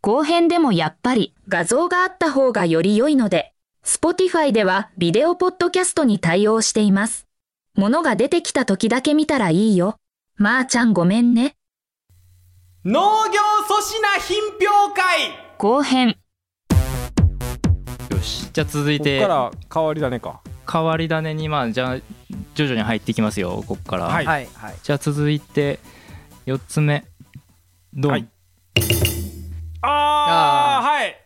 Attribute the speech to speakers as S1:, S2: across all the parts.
S1: 後編でもやっぱり画像があった方がより良いので、Spotify ではビデオポッドキャストに対応しています。ものが出てきた時だけ見たらいいよ。まー、ちゃんごめんね。
S2: 農業粗品品評会
S1: 後編。
S3: よしじゃあ続い
S2: こってから変わり種か
S3: 変わり種にまあじゃあ徐々に入っていきますよここから、
S2: はい
S4: はいはい
S3: じゃあ続いて4つ目ドン、
S2: はいああ
S4: あ
S2: はい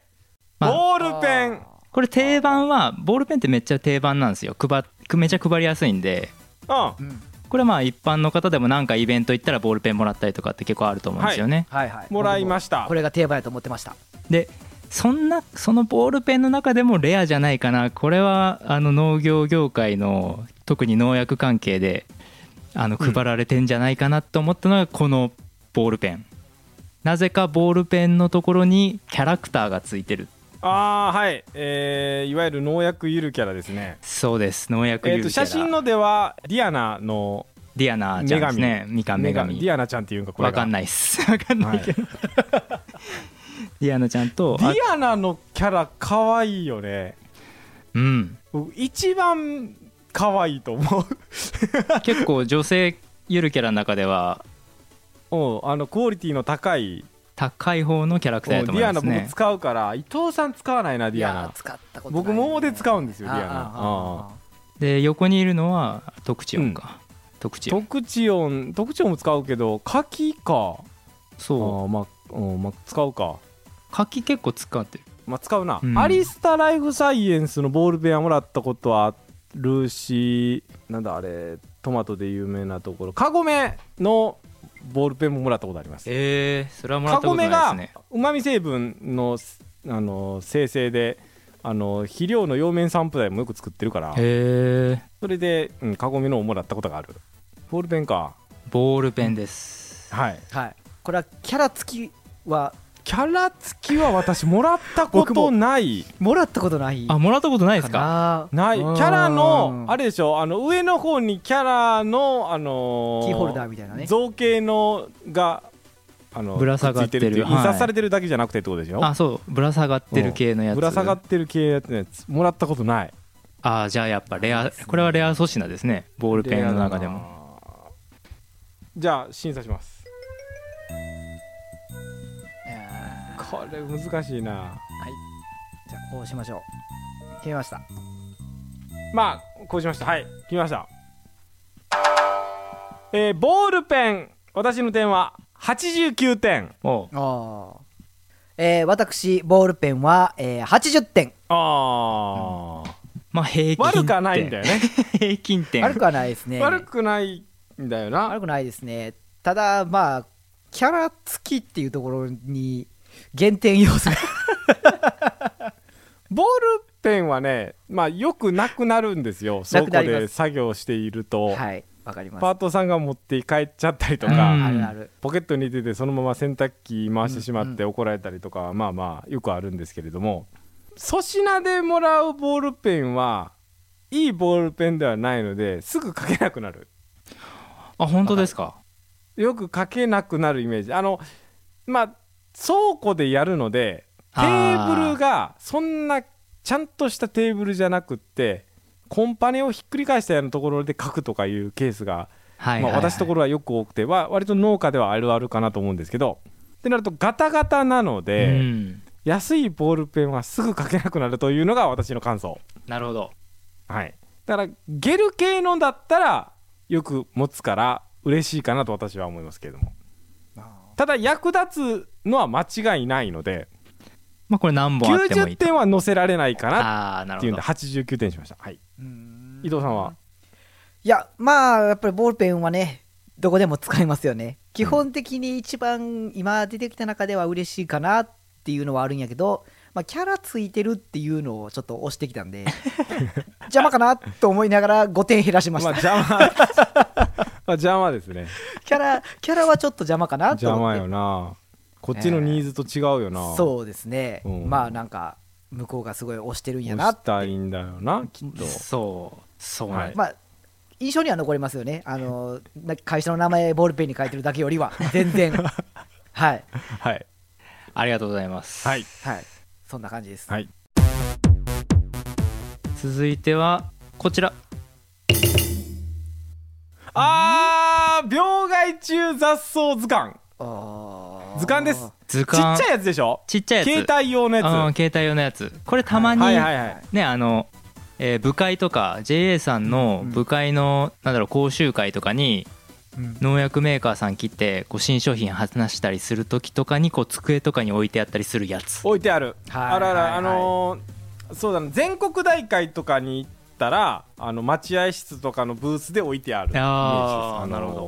S3: まあ
S2: ボールペン
S3: これ定番はボールペンってめっちゃ定番なんですよ配めちゃ配りやすいんで
S2: う
S4: うん
S3: これはまあ一般の方でもなんかイベント行ったらボールペンもらったりとかって結構あると思うんですよね、
S4: はいはい
S2: んもらいました
S4: これが定番やと思ってました
S3: でそんなそのボールペンの中でもレアじゃないかなこれはあの農業業界の特に農薬関係であの
S2: うん
S3: 配られてんじゃないかなと思ったのがこのボールペン、なぜかボールペンのところにキャラクターがついてる
S2: ああはいえーいわゆる農薬ゆるキャラですね
S3: そうです農薬
S2: え
S3: 有
S2: ー、
S3: 機
S2: と
S3: キャラ
S2: 写真のではディアナの
S3: ディアナちゃんですねみかん女
S2: 女神デ
S3: 神
S2: ィアナちゃんっていうんかこれ
S3: わ
S2: が
S3: かんないっす わかんないけど、ディアナちゃんと
S2: ディアナのキャラ可愛いよね
S3: うん
S2: 僕一番可愛いと思
S3: 結構女性ゆるキャラの中では
S2: ううんあのクオリティの高い
S3: 高い方のキャラクター
S2: う
S3: や
S2: ん
S3: と
S2: デ
S3: 思い
S2: ィ
S3: ま
S2: アナ
S3: す
S2: 僕
S3: ね
S2: 使うから伊藤さん使わないなデ
S4: い
S2: ィア
S4: や
S2: ナ
S4: 使ったことない
S2: 僕桃で使うんですよディアナ
S4: あああ
S3: で横にいるのは特地音か、特地音
S2: 特地音特地音も使うけど柿かあ
S3: そ
S2: ーまあ、うんまあ、使うか
S3: う柿結構使ってる
S2: まあ使うな、
S3: うん
S2: アリスタライフサイエンスのボールペンはもらったことはあるしなんだあれトマトで有名なところカゴメのボールペンももらったことあります
S3: えー、それはもら
S2: カ
S3: ったこ
S2: ゴ
S3: とな
S2: メ
S3: いです
S2: が
S3: ね
S2: うまみ成分のあの生成であの肥料の葉面散布剤もよく作ってるから
S3: へえ
S2: それで、うん、カゴメのをもらったことがあるボールペンか
S3: ボールペンです
S2: はい
S4: はいこれはキャラ付きは
S2: キャラ付きは私もらったこ
S4: 僕も
S2: とない
S4: もらったことない
S3: あもらったことないですか
S4: かな
S2: ないキャラのあ
S4: れ
S2: れでしょあの上の方にキャラのあの
S4: キーホルダーみたいなね
S2: 造形のがあの
S3: ぶら下がってる
S2: くついいう
S3: はい
S2: 印刷されてるだけじゃなくてってことでしょ
S3: あそうぶら下がってる系のやつ
S2: ぶら下がってる系やつのやつもらったことない
S3: あーじゃあやっぱレアこれはレア粗品ですねボールペンの中で
S2: レア
S3: も
S2: だなじゃあ審査します
S4: えー
S2: これ難しいな
S4: じゃあこうしましょう決めました
S2: まあこうしましたはい決めましたえーボールペン私の点は89点
S3: おう
S4: ああえー、私ボールペンは、えー、80点
S2: ああ、
S3: まあ平均点
S2: 悪くはないんだよね
S3: 平均点
S4: 悪くはないですね
S2: 悪くないんだよな
S4: 悪くないですねただまあキャラ付きっていうところに減点要素が
S2: ボールペンはねまあよくなくなるんですよ
S4: な
S2: 倉
S4: く
S2: 庫
S4: なります
S2: で作業していると、
S4: はいわかります
S2: パートさんが持って帰っちゃったりと
S3: う
S2: か
S3: ん
S4: あるある
S2: ポケットに入れててそのまま洗濯機回してしま
S4: う
S2: っ
S4: んう
S2: て怒られたりとか、まあまあよくあるんですけれども粗品でもらうボールペンはいいボールペンではないのですぐ書けなくなる
S3: あ本当ですか
S2: よく書けなくなるイメージあのまあ倉庫でやるので
S3: あ
S2: テ
S3: ー
S2: ーブルがそんなちゃんとしたテーブルじゃなくってコンパネをひっくり返したようなところで書くとかいうケースが、
S3: はい
S2: まあ、私のと
S3: ろ
S2: ころはよく多くてわ割と農家ではあるあるかなと思うんですけどってなるとガタガタなの
S3: う
S2: で、
S3: ん
S2: 安いボールペンはすぐ書けなくなるというのが私の感想
S3: なるほど
S2: はいだからゲル系のだったらよく持つから嬉しいかなと私は思いますけれどもただ役立つのは間違いないので
S3: まあこれ何本あってもい
S2: 90
S3: いと
S2: 点は載せられないかな
S3: ああーな
S2: ってい
S3: る
S2: うん
S3: ほ
S2: で
S3: ど
S2: 89点にしました、はい、
S4: うん
S2: 伊藤さんはい
S4: やまあやっぱりボールペンはねどこでも使えますよね基本的に一番今出てきた中では嬉しいかなっていうのはあるんやけど、まあ、キャラついてるっていうのをちょっと押してきたんで 邪魔かなと思いながら5点減らしま
S2: まあ
S4: した、
S2: 邪魔 まあ邪魔ですね
S4: キャラキャラはちょっと邪魔かなと
S2: 邪
S4: 思っ
S2: 魔
S4: て
S2: よなこっちのニーズと違うよな、
S4: そうですね、
S2: うん
S4: まあなんか向こうがすごい押してるんや
S2: 押
S4: な
S2: し、たいんだよなきっと
S3: そうそうなんです
S4: まあ印象には残りますよねあの な会社の名前ボールペンに書いてるだけよりは全然はい
S2: はい
S3: ありがとうございます、
S2: はい
S4: はいそんな感じです、
S2: はい
S3: 続いてはこちら
S2: あー病害虫雑草図鑑
S4: あー
S2: 図鑑です
S3: 図
S2: ちっちゃ
S3: 鑑
S2: いやつでしょ
S3: ちっちゃいやつ
S2: 携帯用のやつ
S3: うん
S2: は
S3: 携帯用のやつこれたま
S2: い
S3: に、
S2: はいはい
S3: ねあの、えー部会とか JA さんの部会の、なんだろう講習会とかに
S4: うん
S3: 農薬メーカーさん来てこう新商品話したりする時とかにこう机とかに置いてあったりするやつ
S2: 置いてある
S4: はい
S2: あらあ
S4: はい
S2: ら
S4: はい
S2: あのーそうだね全国大会とかに行ったらあの待合室とかのブースで置いてあるイメ
S3: あー
S2: ージです
S3: なるほど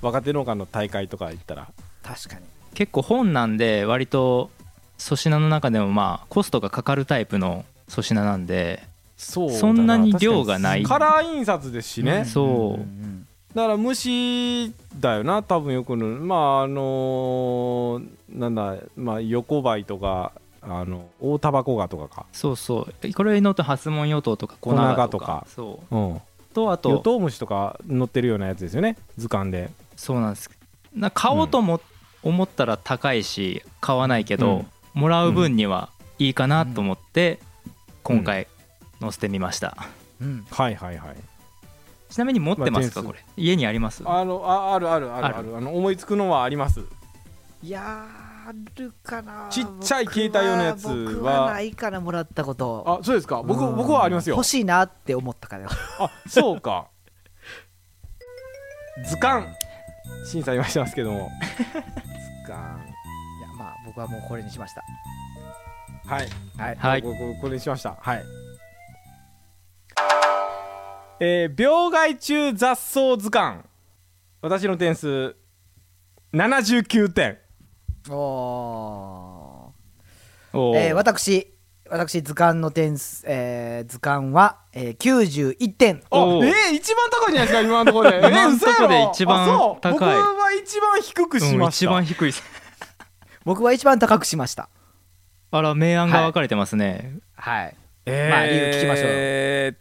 S2: ど若手農家の大会とか行ったら
S4: 確かに
S3: 結構本なんで割と粗品の中でもまあコストがかかるタイプの粗品なんで
S2: そうだ
S3: そんなに量がない
S2: 確かにカラー印刷ですしね、
S3: そうん
S2: だから虫だよな多分よくのまああのーなんだまあ横ばいとかあの大タバコガとかか
S3: そうそうこれのと発問与党とか粉がとか
S2: 粉がとか
S3: そ
S2: うん
S3: うとあ
S2: 与
S3: と
S2: 党虫とか載ってるようなやつですよね図鑑で
S3: そうなんですな買おうとも、思ったら高いし買わないけど、もらう分にはいいかなと思って、今回載せてみました、
S4: うんうん
S2: はいはいはい
S3: ちなみに持ってますか
S2: ま
S3: こ
S2: あ
S3: れ家にあります
S2: あのああるあるあるある
S3: あ
S2: あの思いつくのはあります
S4: いやーあるかな
S2: ちっちゃい携帯用のやつは
S4: 僕僕はないからもらったこと
S2: あそうですか僕
S4: うん
S2: 僕はありますよ
S4: 欲しいなって思ったからよ
S2: あそうか図鑑審査今してますけども図鑑
S4: いやまあ僕はもうこれにしました
S2: はい
S4: はい
S3: はい
S2: こここれにしましたはいえー病害虫雑草図鑑私の点数79点
S4: お
S3: お
S4: ー、
S3: ー
S4: えー、私私図鑑の点数、えー図鑑は、えー、91点
S2: あ
S3: おう
S2: えー、一番高いじゃないですか今のところでえ
S3: 今
S2: ー、
S3: のと
S2: 嘘や
S3: こ
S2: ろ
S3: で一番
S2: あそう
S3: 高い
S2: 僕は一番低くし
S3: うん
S2: まし
S3: 一
S2: た、
S3: 番低い
S4: 僕は一番高くしました
S3: あら明暗が分かれてますね、
S4: はい
S2: え
S4: まあ理由聞きましょうよ
S2: えーっ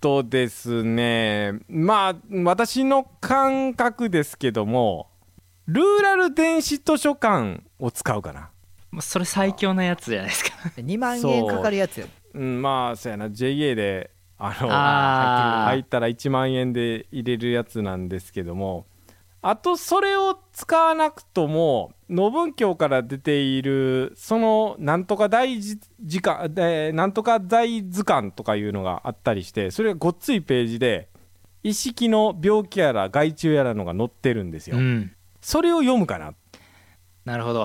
S2: とですねまあ私の感覚ですけどもルーラル電子図書館を使うかな
S3: まあそれ最強なやつじゃないですか
S4: 2万
S2: そ
S4: 円
S2: う
S4: かかるやつよ
S2: うんまあそうやな JA であの
S3: あー
S2: 入ったら1万円で入れるやつなんですけどもあとそれを使わなくとも農文教から出ているそのなんとか大図時間、えーなんとか大図鑑とかいうのがあったりしてそれがごっついページで意識の病気やら害虫やらのが載ってるんですよ、
S3: うん
S2: それを読むかな
S3: なるほど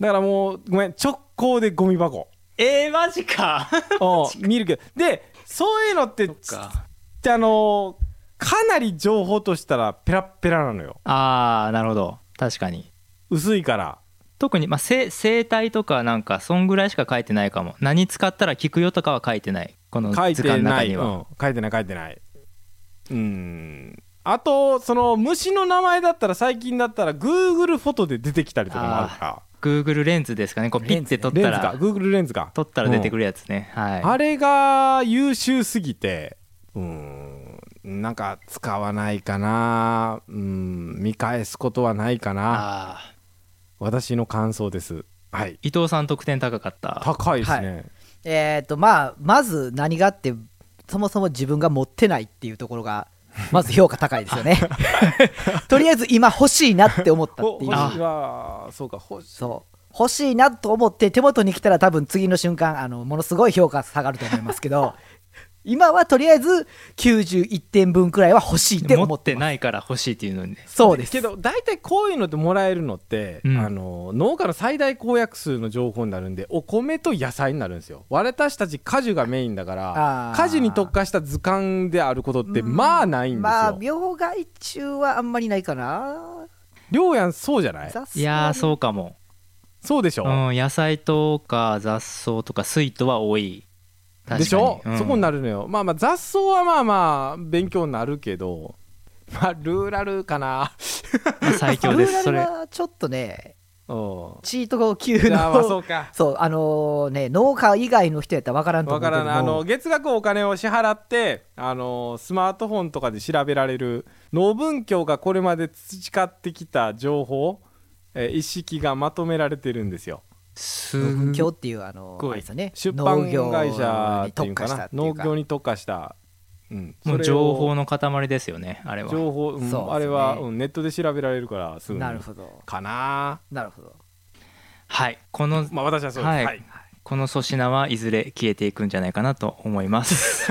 S2: だからもうごめん直行でゴミ箱
S3: えー、マジか
S2: うん見るけどでそういうのってってあのかなり情報としたらペラッペラなのよ
S3: ああなるほど確かに
S2: 薄いから
S3: 特に、まあ、せ生態とかなんかそんぐらいしか書いてないかも何使ったら効くよとかは書いてないこの
S2: 書い
S3: 図
S2: て
S3: 鑑の
S2: な
S3: 中
S2: い、
S3: に
S2: う
S3: は、
S2: ん、書いてない書いてないうんあとその虫の名前だったら最近だったら Google フォトで出てきたりとかもあるか
S3: Google レンズですかねこうピッて撮っ
S2: レン
S3: た、
S2: ズから Google レンズか
S3: 撮ったら出てく
S2: る、
S3: るやつね、はい
S2: あれが優秀すぎてうんなんか使わないかなうん見返すことはないかな
S3: あー
S2: 私の感想ですはい
S3: 伊藤さん得点高かった
S2: 高いですね、
S4: えっ、とまあまず何があってそもそも自分が持ってないっていうところ がまず評価高いですよねとりあえず今欲しいなって思ったっていう
S3: あ
S2: 星はそうか星
S4: そう欲しいなと思って手元に来たら多分次の瞬間あのものすごい評価下がると思いますけど 今はとりあえず91点分くらいは欲しいって
S3: 持
S4: 思
S3: っ
S4: っててます
S3: ないから欲しいっていうのにね
S4: そうです
S2: けど大体こういうのってもらえるのって、
S3: うん
S2: あの農家の最大公約数の情報になるんでお米と野菜になるんですよ私たち果樹がメインだから
S4: あー
S2: 果樹に特化した図鑑であることってまあないんですよ、
S4: まあ病害虫はあんまりないかな
S2: りょうやんそうじゃない
S4: 雑草
S3: いやー
S4: う
S3: そうかも、
S2: そうでしょ、
S3: うん、野菜とか雑草とか水とは多い確かに
S2: でしょ、
S3: うん
S2: そこになるのよまあまあ雑草はまあまあ勉強になるけどまあルーラルかな
S3: まあ最強
S4: ル
S3: で
S4: ーラ
S3: す そ
S4: ル
S3: れ
S4: はちょっとね
S2: うん
S4: チート級の
S2: じゃあまあそうか
S4: そうあのね農家以外の人やったらわからんと思
S2: わ
S4: う
S2: か
S4: けど
S2: ら
S4: も
S2: ないあの月額お金を支払ってあのスマートフォンとかで調べられる農文教がこれまで培ってきた情報、えー一式がまとめられてるんですよ
S3: す
S4: 文教っていうあの
S3: ごい
S4: あれですよね
S2: 出版会社
S4: 農業
S2: って
S4: に
S2: いう
S4: 特
S2: か
S4: 化した
S2: な
S4: ってい
S2: 農
S4: うか
S2: 業に特化した、うん、
S3: もう情報
S2: の
S3: の塊ですよねあれは
S2: 情報、うん
S4: そうですね
S2: あれは、うん、ネットで調べられるからすぐに
S4: なるほど
S2: かな
S4: なるほど
S3: はいこの
S2: まあ私はそうです、は
S3: はいいこの粗品はいずれ消えていくんじゃないかなと思います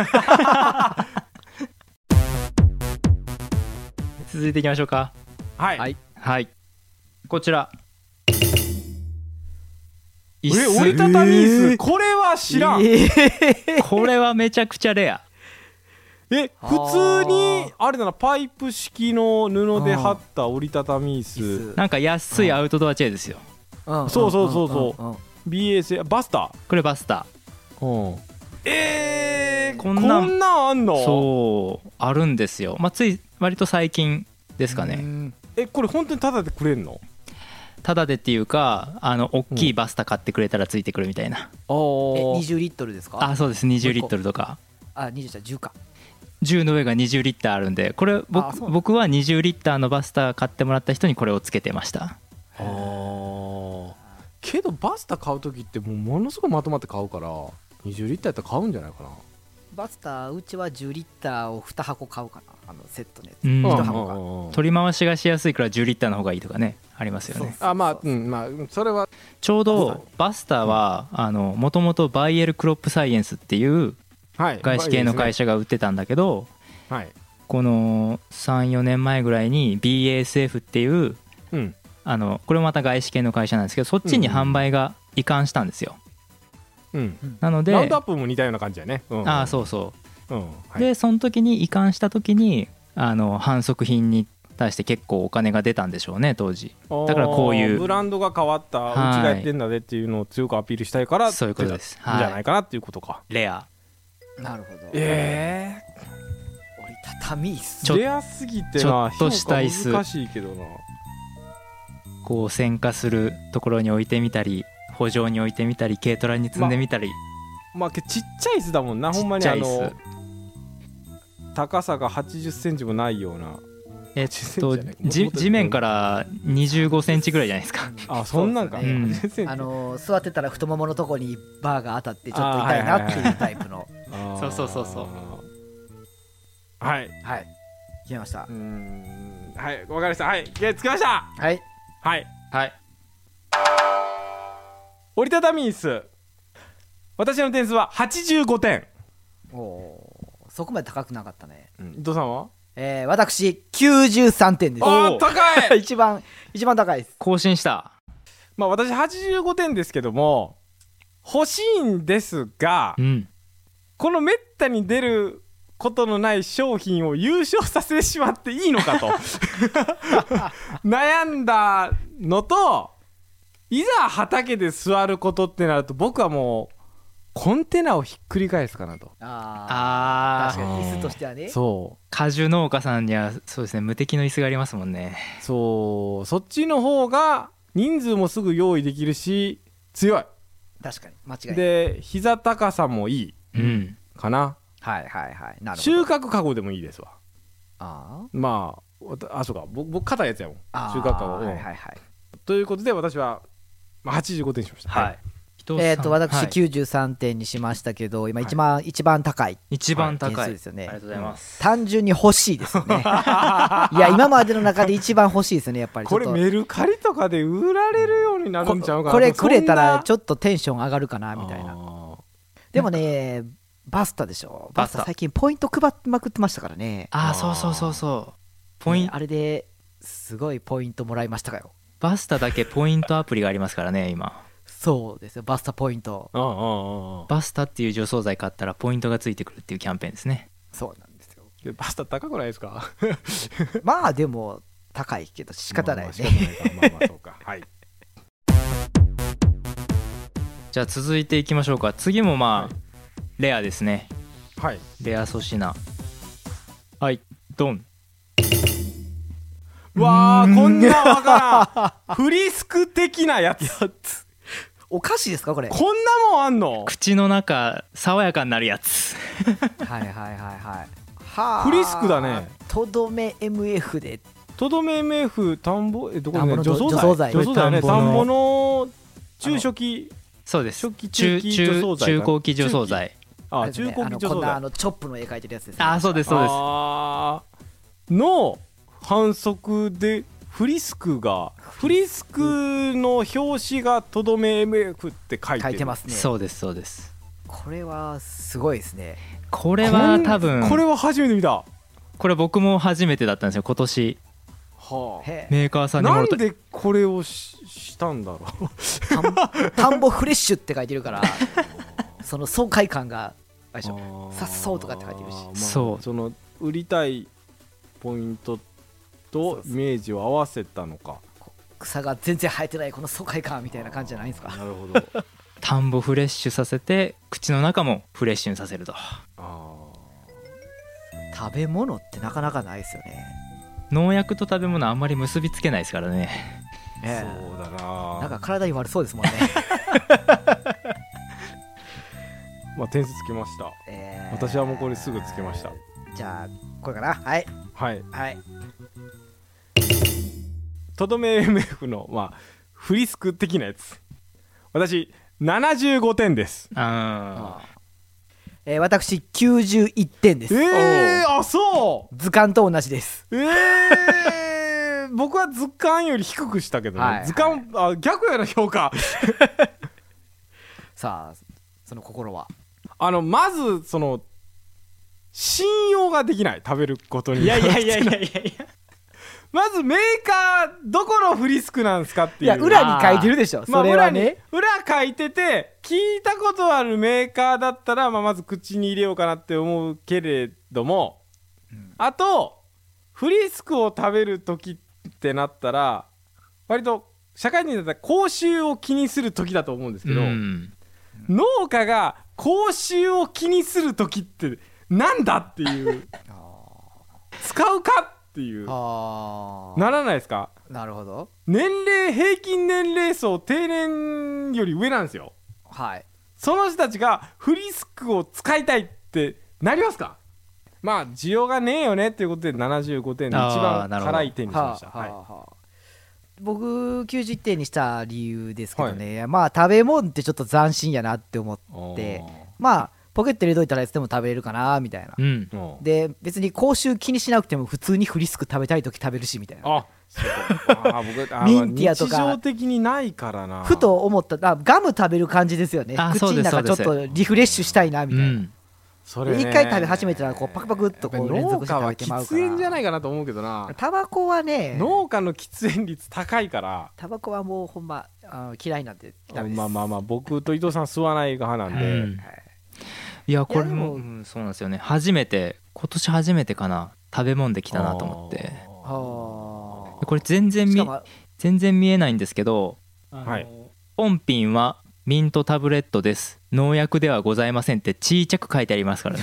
S3: 続いていきましょうか
S2: はい
S4: はい
S3: はいこちら
S2: え
S3: 椅子
S2: 折りたたみ椅子これは知らん、え
S4: えー
S3: これはめちゃくちゃレア
S2: 普通にあれだなパイプ式の布で貼った折りたたみ椅子
S4: 椅
S3: なんか安いアウトドアチェアですよ
S4: 子
S2: そうそうそうそうん
S4: んんん
S2: BS バスタ
S3: これバスタ
S2: ー、えー、こ
S3: こ
S2: ん
S3: んな
S2: なんんあんの
S3: そうあるんですよまあつい割と最近ですか
S4: う
S3: ね
S4: ん
S2: えこれ本当にタダでくれんの
S3: ただでっていうかあの大きいバスタ買ってくれたらついてくるみたいな
S2: あ
S4: え
S2: ー
S4: 20リットルですか
S3: あそうです20リットルとか
S4: あ20じゃ10か
S3: 銃の上が20リッターあるんでこれ
S4: あそ
S3: 僕
S4: うなんだ
S3: 僕は20リッターのバスター買ってもらった人にこれをつけてました
S2: あーけどバスタ買う時ってもうものすごいまとまって買うから20リッターやったら買うんじゃないかな
S4: バスターうちは10リッターを2箱買うかなあのセットのやつ
S3: うん
S4: 一
S2: うん
S4: 箱が
S2: うんうん
S3: 取り回しがしやすいから10リッターの方がいいとかねありますよ
S4: そう
S3: ね
S2: あまあうんまあそれは
S3: ちょうどバスターはあのもともとバイエルクロップサイエンスっていう
S2: はい
S3: 外資系の会
S2: 社
S3: 社が売ってたんだけど
S2: はい
S3: この34年前ぐらいに BASF っていう
S2: うん
S3: あのこれもまた外資系の会社なんですけどそっちに販売が移管したんですよ
S2: うん
S3: なので
S2: ラウンドアップも似たような感じやねうん
S3: ああそうそう
S2: うんはい
S3: でその時に移管した時にあの反則品に対して結構お金が出たんでしょうね当時だからこういう
S2: ブランドが変わったう
S3: はい
S2: ちがやってんだでっていうのを強くアピールしたいから
S3: そういうことです
S2: 出たんじゃないかなっていうことか
S3: レア
S4: なるほど折り
S2: ええ
S4: たたみ椅子
S3: ちょ
S2: レアすぎてな
S3: ちょっとした椅子
S2: 評価難しいけどな
S3: こう戦火するところに置いてみたり補助に置いてみたり軽トラに積んでみたり、
S2: まあけちっちゃい椅子だもんな
S3: ち
S2: ほんま
S3: っ
S2: に
S3: ちゃ
S2: あ
S3: い椅子
S2: の高さが8 0センチもないような
S3: えっ
S2: 80
S3: と
S2: センチじゃない
S3: じ地面から2 5ンチぐらいじゃないですか
S2: あそんなんか、
S4: そうです
S3: ねうん
S2: 80センチ
S4: あのー座ってたら太もものとこにバーが当たってちょっと痛いなっていうタイプの
S2: あー
S3: そうそうそうそう
S2: はい。う
S4: はい決めました
S2: ーん。はい、わかりました。はい、で、着きました。
S4: はい
S2: はい、
S3: はい
S2: 折りたたみ椅子。私の点数は85点。
S4: おおーそこまで高くなかったね
S2: 伊藤さんは。
S4: えー、私93点です
S2: あー、高い。
S4: 一番一番高いです
S3: 更新した
S2: まあ、私85点ですけども。欲しいんですが
S3: う、ん
S2: このめったに出る。ことのない商品を優勝させてしまっていいの かと悩んだのといざ畑で座ることってなると僕はもうコンテナをひっくり返すかなと
S4: ああ
S3: あ
S4: 確
S3: ー
S4: かに椅子としてはね
S2: そう
S3: 果樹農家さんにはそうですね無敵の椅子がありますもんね
S2: そうそっちの方が人数もすぐ用意できるし強い
S4: 確かに間違いない
S2: で膝高さもいい
S3: うん
S2: かな
S4: はいはいはいなるほ
S2: 収
S4: ど
S2: 穫かごでもいいですわ
S4: あ
S2: まあわたあそうか僕僕硬いやつやもん
S4: あ
S2: 収穫かご、
S4: は
S2: うん
S4: いはいはい
S2: ということで私は、まあ、85点にしました
S3: はい人さん
S4: えー、と私
S3: はい
S4: 93点にしましたけど、今一番、一番高い
S3: 一番
S4: 点
S3: 高
S4: 数
S3: い
S4: ですよね
S3: ありがとうございます、
S4: 単純に欲しいですよねいや今までの中で一番欲しいですよねやっぱりちょ
S2: こ
S4: っと
S2: れメルカリとかで売られるようになるんちゃうかな
S4: ここれくれたらち
S2: ょっ
S4: ょっとテンション上がるかなみたいなでもねバスタでしょ
S3: バ
S4: バス
S3: スタ
S4: タ最近ポイント配ってまくってましたからね
S3: あ
S2: あー
S3: あそうそうそうそうポイン
S4: ねあれですごいポイントもらいましたかよ
S3: バスタだけポイントアプリがありますからね今
S4: そうですよバスタポイント
S2: うんうんうんうん
S3: バスタっていう除草剤買ったらポイントがついてくるっていうキャンペーンですね
S4: そうなんですよ
S2: でバスタ高くないですか
S4: まあでも高いけど仕方ないよね、
S2: まあまあ仕方ないかまあまあそうかはい
S3: じゃあ続いていきましょうか次もまあ、レアですね
S2: はい
S3: レア粗品はいドン
S2: わあこんなわから んフリスク的なやつ
S4: お菓子ですかこれ はい
S2: こんなもんあんの
S3: 口の中爽やかになるやつ
S4: はいはいはいはあ
S2: フリスクだね
S4: とどめ MF で
S2: とどめ MF 田んぼえどこ
S4: 田ん
S2: ね
S4: ぼの
S2: 除
S4: 除
S2: 草剤
S4: 除
S2: 除
S4: 草剤
S2: 草剤ね
S3: これ
S2: 田
S3: 田
S2: ん
S3: んぼ
S2: ぼの中初期
S3: そうです
S2: 初期
S3: 中
S2: 中期
S3: 中
S2: 除草剤
S3: 中高期除草剤
S2: あ
S4: れですね
S2: 中高期除
S4: あのこ
S2: 草
S4: んなあ
S2: 剤
S4: のチョップの絵描いてるやつですね
S3: あそうですそうです
S2: あーの反則でフリスクがフリスクの表紙がとどめ MF って書いて
S4: 描
S2: る
S4: いてますね
S3: そうですそうです
S4: これはすごいですね
S3: これは多分
S2: これは初めて見た、は
S3: これ僕も初めてだったんですよ今年
S2: あ、
S4: へえ
S3: メーカーさんにも
S2: な
S3: ら
S2: ん
S3: った
S2: でこれをししたんだろう
S4: 田ん田んぼフレッシュって書いて るからその爽快感があれでしょさっそうとかって書いてるし
S2: あーまあ
S3: そう
S2: その売りたいポイント
S4: そ
S2: と
S4: うそう
S2: イメージを合わせたのか
S4: 草が全然生えてないこの爽快感みたいな感じじゃないですか
S2: なるほど
S3: 田んぼフレッシュさせて口の中もフレッシュにさせると
S2: あー
S4: 食べ物ってなかなかないですよね
S3: 農薬と食べ物あんまり結びつけないですからね
S4: ええ
S2: そうだな
S4: なんか体に悪そ うですもんね、
S2: まあ、点数つけました
S4: ええ
S2: 私はもうこれすぐつけました
S4: じゃあこれかなはい
S2: はい
S4: はい
S2: とどめ MF のまあフリスク的なやつ私75点です
S3: あ
S4: えー私91点です、
S2: えー、あそ
S4: 図鑑と同じです
S2: うええー、 僕は図鑑より低くしたけどね、
S4: はい
S2: 図鑑あ逆やな評価
S4: さあその心は
S2: あのまずその信用ができない食べること
S3: ー
S2: に
S3: いやいやいやいやいやいや
S2: まずメーカーどこのフリスクなんすかっていう
S4: いや裏に書いてるでしょ
S2: まあ、
S4: それはね、
S2: 裏に裏書いてて聞いたことあるメーカーだったら、まあ、まず口に入れようかなって思うけれども、あとフリスクを食べる時ってなったら割と社会人だったら口臭を気にする時だと思うんですけ
S3: う
S2: ど、
S3: ん
S2: 農家が口臭を気にする時ってなんだっていう使うかっていう
S4: ああ
S2: ならないですか
S4: なるほど
S2: 年齢平均年齢層定年より上なんですよ
S4: はい
S2: その人たちがフリスクを使いたいってなりますかまあ需要がねえよねっていうことで75点で一
S3: あー
S2: 番
S3: なるほど
S2: 辛い点にしま
S4: は
S2: した
S4: あ、
S2: は
S4: はいあはあ僕90点にした理由ですけどね、まあ食べ物ってちょっと斬新やなって思ってまあポケット入れといたらいつでも食べれるかなみたいな、
S3: うん
S2: おーおー
S4: で別に口臭気にしなくても普通にフリスク食べたい時食べるしみたいな
S2: あそうかあー僕あー
S4: ミンティアと
S2: 日
S4: か
S2: 常的にないからな
S4: ふと思ったあガム食べる感じですよね
S3: あ
S4: 口
S3: そう
S4: の
S3: です
S4: 中ちょっ
S3: そ
S4: とリフレッシュしたいなみ
S3: う
S4: たいな、
S3: ん
S2: それね
S4: 一回食べ始めたらこうパクパクっとこう
S2: やっぱり
S4: 連続して
S2: 農家
S4: 食
S2: は
S4: べてまう
S2: 喫
S4: から
S2: 煙じゃないかなと思うけどな
S4: タバコはね
S2: 農家の喫煙率高いから
S4: タバコはもうほんまあの嫌いなんでダメです
S2: まあまあまあ僕と伊藤さん吸わない派なん
S3: う
S2: で、
S3: んいやこれも
S4: いやで
S3: うんそうなんですよね初めて今年初めてかな食べ物できたなと思って
S4: は
S3: これ全然
S4: あし
S3: 見
S4: かも
S3: 全然見えないんですけど
S2: はい
S3: 本品はミントタブレットです農薬ではございませんってちいちゃく書いてありますからね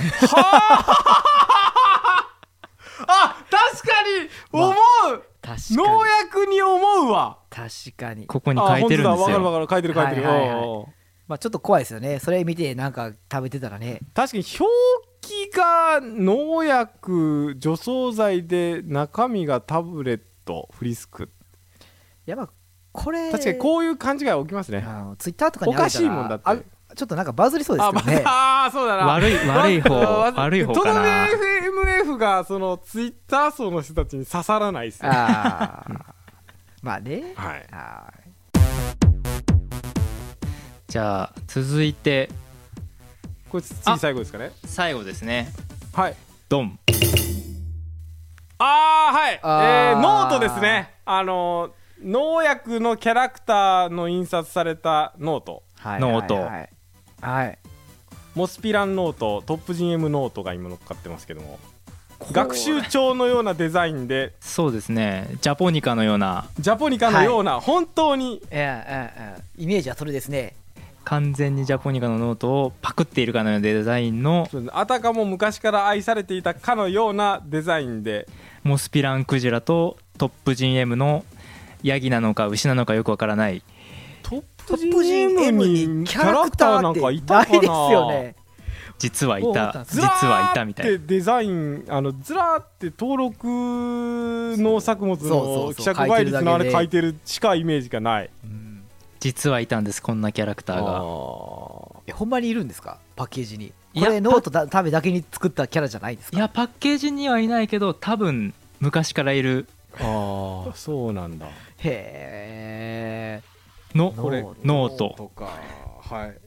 S2: あ確かに思う、
S4: 確かに
S2: 農薬に思うわ
S4: 確かに、
S3: ここに書いてるん
S2: あ
S3: で
S2: 本
S3: す
S2: 当だわかる
S3: よ
S2: わかる書いてる書いてる、
S4: はいはいは
S2: お
S4: い
S2: うおう
S4: まあ、ちょっと怖いですよねそれ見てなんか食べてたらね
S2: 確かに表記が農薬除草剤で中身がタブレットフリスク
S4: やっぱこれ
S2: 確かにこういう勘違いは起きますね、
S4: あのツイッターとかに上
S2: お
S4: げたら
S2: かしいもんだって
S4: あちょっとなんかバズりそうです
S2: あ、
S4: け
S2: ま
S4: どね、
S2: あ、あーそうだな
S3: 悪い悪い方
S2: わず
S3: 悪い方かな
S2: とどめ FMF がそのツイッター層の人たちに刺さらないですね
S4: あー まあね
S2: はい
S4: あー
S3: じゃあ続いて
S2: これ次最後ですかね
S3: 最後ですね
S2: はい
S3: ドン
S2: あーはいえ
S4: あ
S2: ー
S4: ー
S2: ノートですねあのー農薬のキャラクターの印刷されたノート
S4: はい
S3: ノート
S4: はいはいはい
S2: モスピランノートトップ GM ノートが今乗っかってますけども学習帳のようなデザインで
S3: そうですねジャポニカのような
S2: ジャポニカのような、本当に
S4: ええええええイメージはそれですね
S3: 完全にジャポニカのノートをパクっているかのようなデザインの
S2: あたかも昔から愛されていたかのようなデザインで
S3: モスピランクジラとトップ GM のヤギなのか牛なのかよくわからない
S2: トッ
S4: トップ GM にキャラクターなんかいたないですよね
S3: 実はい
S4: そうだ
S3: た
S4: った
S2: ず
S3: 実
S2: ら
S3: はいた
S2: ー
S3: み
S2: った
S3: い
S2: て
S3: な
S2: デザインあのずらーって登録農作物
S4: そうそうそ
S2: の
S4: う
S2: 希釈倍率のあれ
S4: 書
S2: 書
S4: い
S2: い
S4: て
S2: てるしかイメージがない
S3: 実はいたんですこんなキャラクターが
S2: あ
S4: えほんまにいるんですかパッケージに
S3: い
S4: こ
S3: や
S4: れノートだためだけに作ったキャラじゃないです
S3: い
S4: か
S3: やパッケージにはいないけど多分昔からいる
S2: ーあーそうなんだ
S4: へえ
S3: の
S4: これ
S3: ノート
S2: かはい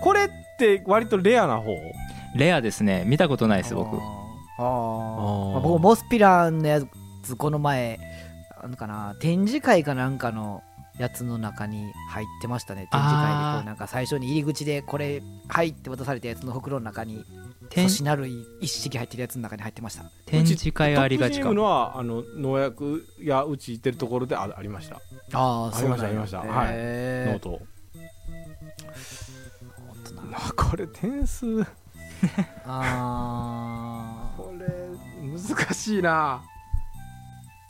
S2: これって割とレアな方
S3: レアですね見たことないです
S4: あ
S3: 僕
S4: ーあー、
S2: あ
S4: ま
S2: ー
S4: あ、僕モスピランのやつこの前あのかな展示会かなんかのやつの中に入ってましたね展示会で
S3: あ
S4: こ
S3: ー
S4: うなんか最初に入り口でこれ「はい」って渡されたやつの袋の中に
S3: 展
S4: 粗品類一式入ってるやつの中に入ってました
S3: 展示会ありがち
S2: トップチー
S3: か
S2: ムのはあの農薬やうち行ってるところであありました
S4: あ
S2: ありましたありましたはいノートなこれ点数
S4: あー
S2: これ難しいな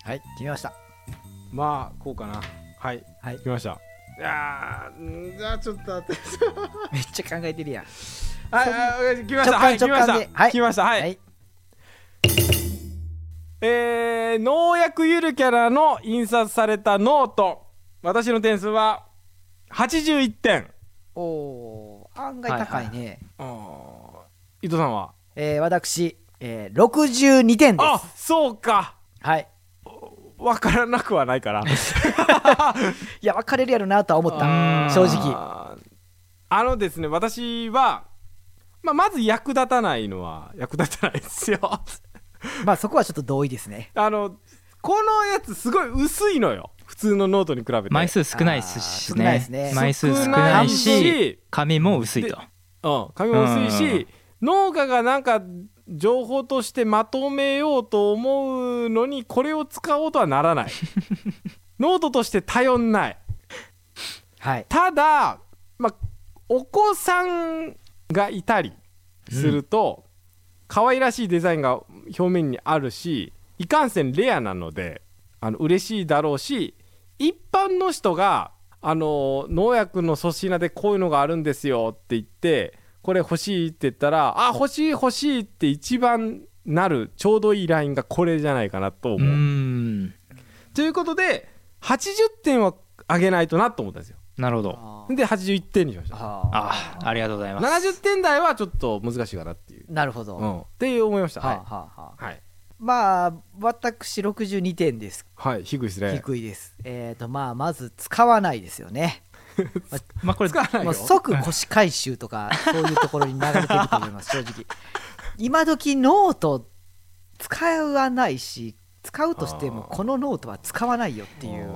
S4: はい決めました
S2: まあこうかなはい
S4: はい
S2: 来ましたいやーんじゃあちょっと待って
S4: めっちゃ考えてるやん
S2: はいはい来ましたはい来
S4: 直
S2: ました
S4: 感直感ではい
S2: 来ましたはい
S4: はい
S2: えー、農薬ゆるキャラの印刷されたノート私の点数は81点
S4: おおー案外高いね、
S2: 伊藤さんは
S4: えー私、えー、62点です
S2: あそうか
S4: はい
S2: わからなくはないから
S4: いや分かれるやろなとは思った
S3: あー
S4: 正直
S2: あーあのですね私は、まあ、まず役立たないのは役立たないですよ
S4: まあそこはちょっと同意ですね
S2: あのこのやつすごい薄いのよ普通のノートに比べて
S3: 枚数少ないですし
S4: あー少ないで
S3: ね
S4: すね
S3: 枚数少ない
S2: 少ない
S3: し
S2: し
S3: 紙も薄いと
S2: うん、紙も薄い
S3: うんうんう
S2: し農家がなんか情報としてまとめようと思うのにこれを使おうとはな らないノートとして頼んない
S4: はい
S2: ただ、まあ、お子さんがいたりすると、可愛らしいデザインが表面にあるしいかんせんレアなのであの嬉しいだろうし一般の人があの農薬の粗品でこういうのがあるんですよって言ってこれ欲しいって言ったらあ欲しい欲しいって一番なるちょうどいいラインがこれじゃないかなと
S3: う
S2: 思う。
S3: ん
S2: ということで80点は上げないとなと思ったんですよ。
S3: なるほど
S4: あ
S2: で81点にしました。
S4: あ
S3: あありがとうございます
S2: 70点台はちょっと難しいかなっていう、
S4: なるほど、
S2: う
S4: は
S2: ん、って思いました
S4: あ、は
S2: は
S4: あはあ
S2: い、はい
S4: まあ私62点です
S2: はい、低いですね
S4: 低いですえっ、とまあまず使わないですよね
S3: まあこれ
S2: 使わない
S4: も
S2: よ
S4: う即腰回収とかそういうところに流れてると思います 正直今時ノート使わないし使うとしても
S2: あー
S4: このノートは使わないよっていう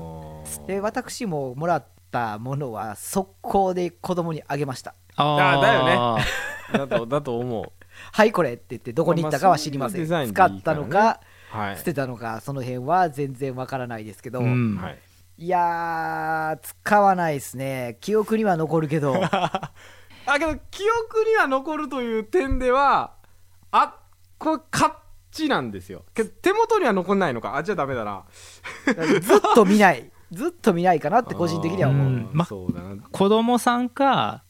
S4: で私ももらったものは速攻で子供にあげました
S2: あーだよね
S3: あー
S2: だとだと思う
S4: はいこれって言ってどこに行ったかは知りません、
S2: まあまあそういうデ
S4: 使
S2: ザインでい
S4: っ
S2: いか
S4: た
S2: らね
S4: のか
S2: はい
S4: 捨てたのかその辺は全然わからないですけど、
S3: うん
S2: はい、
S4: いやー使わないですね記憶には残るけど
S2: あけど記憶には残るという点ではあこれ勝ちなんですよけど手元には残んないのかあじゃあダメだな
S4: ずっと見ないずっと見ないかなって個人的には思う
S2: あー
S3: うんま
S2: そうだな
S3: 子供さんか、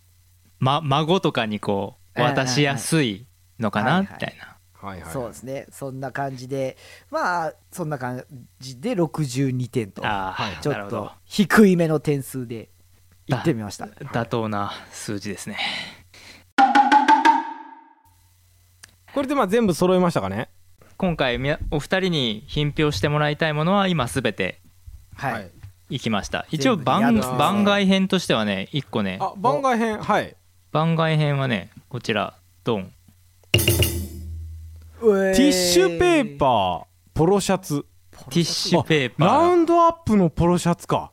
S3: ま、孫とかにこう
S4: ええ
S3: 渡しやすいのかな
S4: ええ
S3: みたいな、
S2: はいはい
S4: そうですねそんな感じでまあそんな感じで62点と
S3: ああ、
S4: ち
S3: なる
S4: ょ
S3: ほ
S4: っと
S3: ど
S4: 低いめの点数でいってみました
S3: 妥当な数字ですね
S2: これでまあ全部揃えましたかね
S3: 今回みなお二人に品評してもらいたいものは今すべて
S4: はい、
S3: いきました一応
S4: 全部や
S3: 番
S4: るんですね
S3: 番外編としてはね一個ね
S2: あ番外編はい
S3: 番外編はねこちらドン
S4: ティ
S2: ティッシュペー
S4: ー
S2: パーポロシャツ
S3: ティッシュペー
S2: ラ
S3: パ
S2: ウ
S3: ー
S2: ンドアップのポロシャツか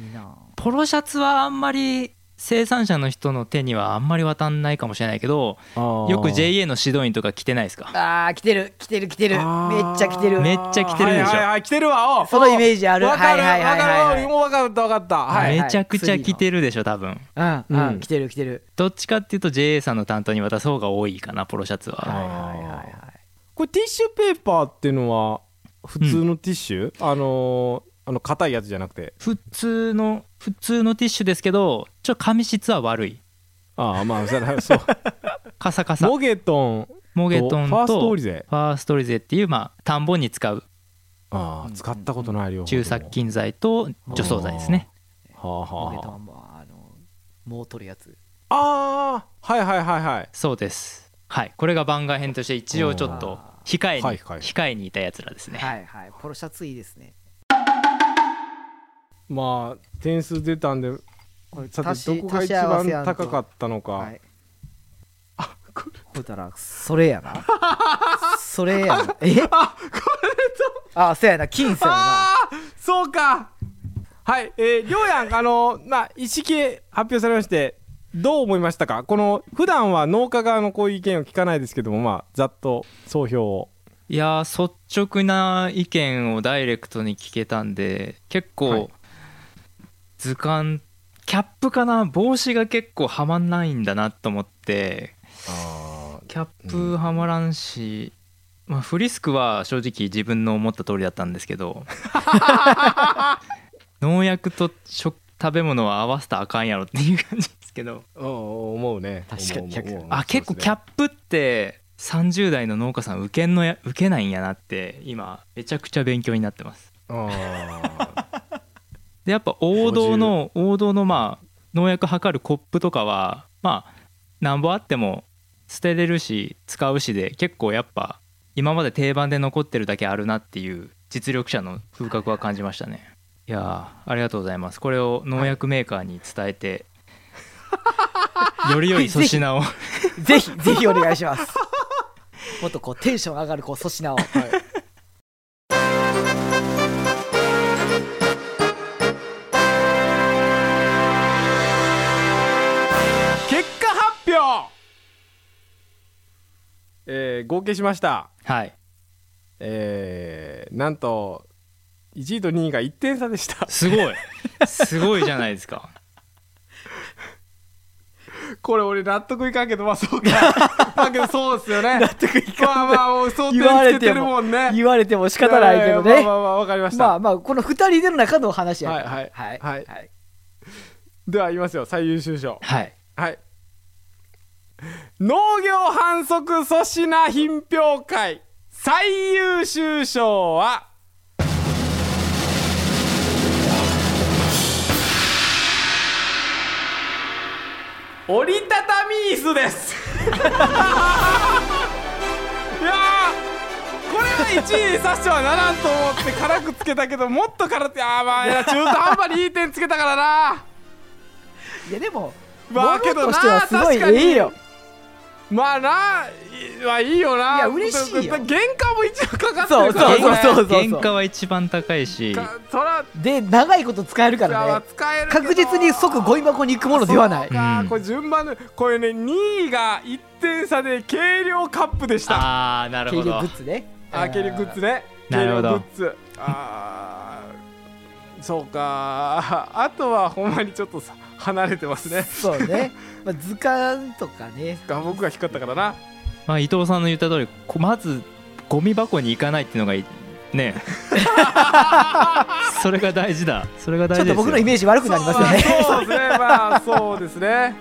S4: いいなあ
S3: ポロシャツはあんまり生産者の人の手にはあんまり渡んないかもしれないけどよ
S2: よ
S3: く JA の指導員とか着てないですか
S4: あー来てる来てる来てるめっ
S2: あー
S4: ちゃ来てる
S3: めっちゃ来てるでしょ
S2: はいはいはい、来てるわ。おう
S4: そのイメージある
S2: わかる、
S4: はいはいはいはい
S2: わかる。もうわかった、わかった。はい。
S4: い
S3: めちゃくちゃ着てるでしょ多分
S4: うんう
S2: うん
S4: ん来てる来てる
S3: どっちかっていうと JA さんの担当に渡す方が多いかなポロシャツは
S2: あー
S4: はいはいはいはい
S2: これティッシュペーパーっていうのは普通のティッシュ、あのーあの硬いやつじゃなくて。
S3: 普通の普通のティッシュですけどちょっと紙質は悪い
S2: ああ、まあ、それは そう。
S3: カサカサ
S2: モゲトンと
S3: モ
S2: フ
S3: ゲトンと
S2: ァーストオリゼ。
S3: ファーストリゼっていうまあ田んぼに使う
S2: ああ、使ったことない量。
S3: 中殺菌剤と除草剤ですね
S2: はあはあ
S4: モゲタ
S2: は
S4: マンもあのもう取るやつ
S2: ああーはいはいはいはい
S3: そうですはいこれが番外編として一応ちょっと控えに、
S2: はいはい
S3: 控えにいたやつらですね、
S4: はいはいポロシャツいいですね
S2: まあ点数出たんで
S4: これ
S2: さ
S4: 足して
S2: どこが
S4: 足
S2: 一
S4: し合わせや
S2: 番
S4: んと
S2: 高かったのか、
S4: はいほいたらそれやなそれやなえ
S2: あこれ
S4: あそうやな金さやな
S2: ああそうかはいえー、りょうやんあのまあ意識発表されましてどう思いましたかこの普段は農家側のこういう意見を聞かないですけどもまあざっと総評を
S3: いやー率直な意見をダイレクトに聞けたんで結構、
S2: はい
S3: 図鑑キャップかな帽子が結構はまんないんだなと思って
S2: あ
S3: キャップはまらんし、まあ、フリスクは正直自分の思った通りだったんですけ ど農薬と食食べ物は合わせたらあかんやろっていう感じですけど
S2: あ思うね
S4: 確かに
S2: 思う思う思う
S3: あ結構キャップって30代の農家さん受けんのや受けないんやなって今めちゃくちゃ勉強になってます
S2: あ
S3: でやっぱ王道の王道のまあ農薬測るコップとかはまあなんぼあっても捨てれるし使うしで結構やっぱ今まで定番で残ってるだけあるなっていう実力者の風格は感じましたねいやーありがとうございますこれを農薬メーカーに伝えて、 より良い粗品を
S4: ぜひぜひお願いしますもっとこうテンション上がるこう粗品を、
S2: 結果発表えー、合計しました
S3: はい
S2: えー、なんと1位と2位が1点差でした
S3: すごいすごいじゃないですか
S2: これ俺納得いかんけどまあそうかだけどそうですよね納得いかんまあまあもう想定つけてるもんね
S4: 言われても仕方ないけどね、
S2: ややまあまあまあわかりました、
S4: まあまあこの二人での中のお話やから
S2: はいはい
S4: はい
S2: はでは言いますよ最優秀賞
S3: はい
S2: はい農業反則粗品品評会最優秀賞は折りたたみ椅子です いやーこれは1位にさしてはならんと思って辛くつけたけどもっと辛くてあーまあいや中途半端にいい点つけたからない
S4: やでも
S2: まあ
S4: 物とし
S2: けど
S4: て
S2: な
S4: はすごい
S2: 確かに
S4: いいよ
S2: まあないいまあいいよないい
S4: や嬉しいよ
S2: 原価も一応かかってるから、ね、
S4: そうそうそうそう
S3: 原価は一番高いし
S2: かそら
S4: で長いこと使えるから
S2: は
S4: ね
S2: 使えるけど
S4: 確実に即ゴミ箱に行くものではない
S2: そうか
S3: うん
S2: これ順番のこれね2位が1点差で軽量カップでしたあ
S3: ああなる
S4: 軽
S3: ほ
S4: 量
S3: ど
S4: グッズね
S2: ー軽量グッズね
S3: な
S2: 軽
S3: るほ
S2: 量グ
S3: ど
S2: ッズあーそうかあとはほんまにちょっとさ離れてますね
S4: そうね、まあ、図鑑とかね
S2: が僕が光ったからな
S3: まあ、伊藤さんの言った通りこまずゴミ箱に行かないっていうのがいい ねそれが大事だそれが
S4: ち
S3: 大事
S4: ょっと
S3: です
S4: 僕のイ
S3: よ
S4: メージ悪くなりますよね
S2: そうですねまあそうですね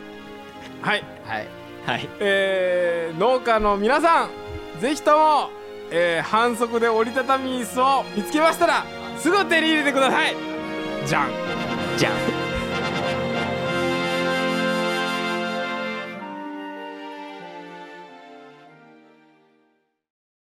S2: はい
S4: はい
S3: はい
S2: えー農家の皆さんぜひとも、えー反則で折りたたみ椅子を見つけましたらすぐ手に入れてくださいじゃん
S3: じゃん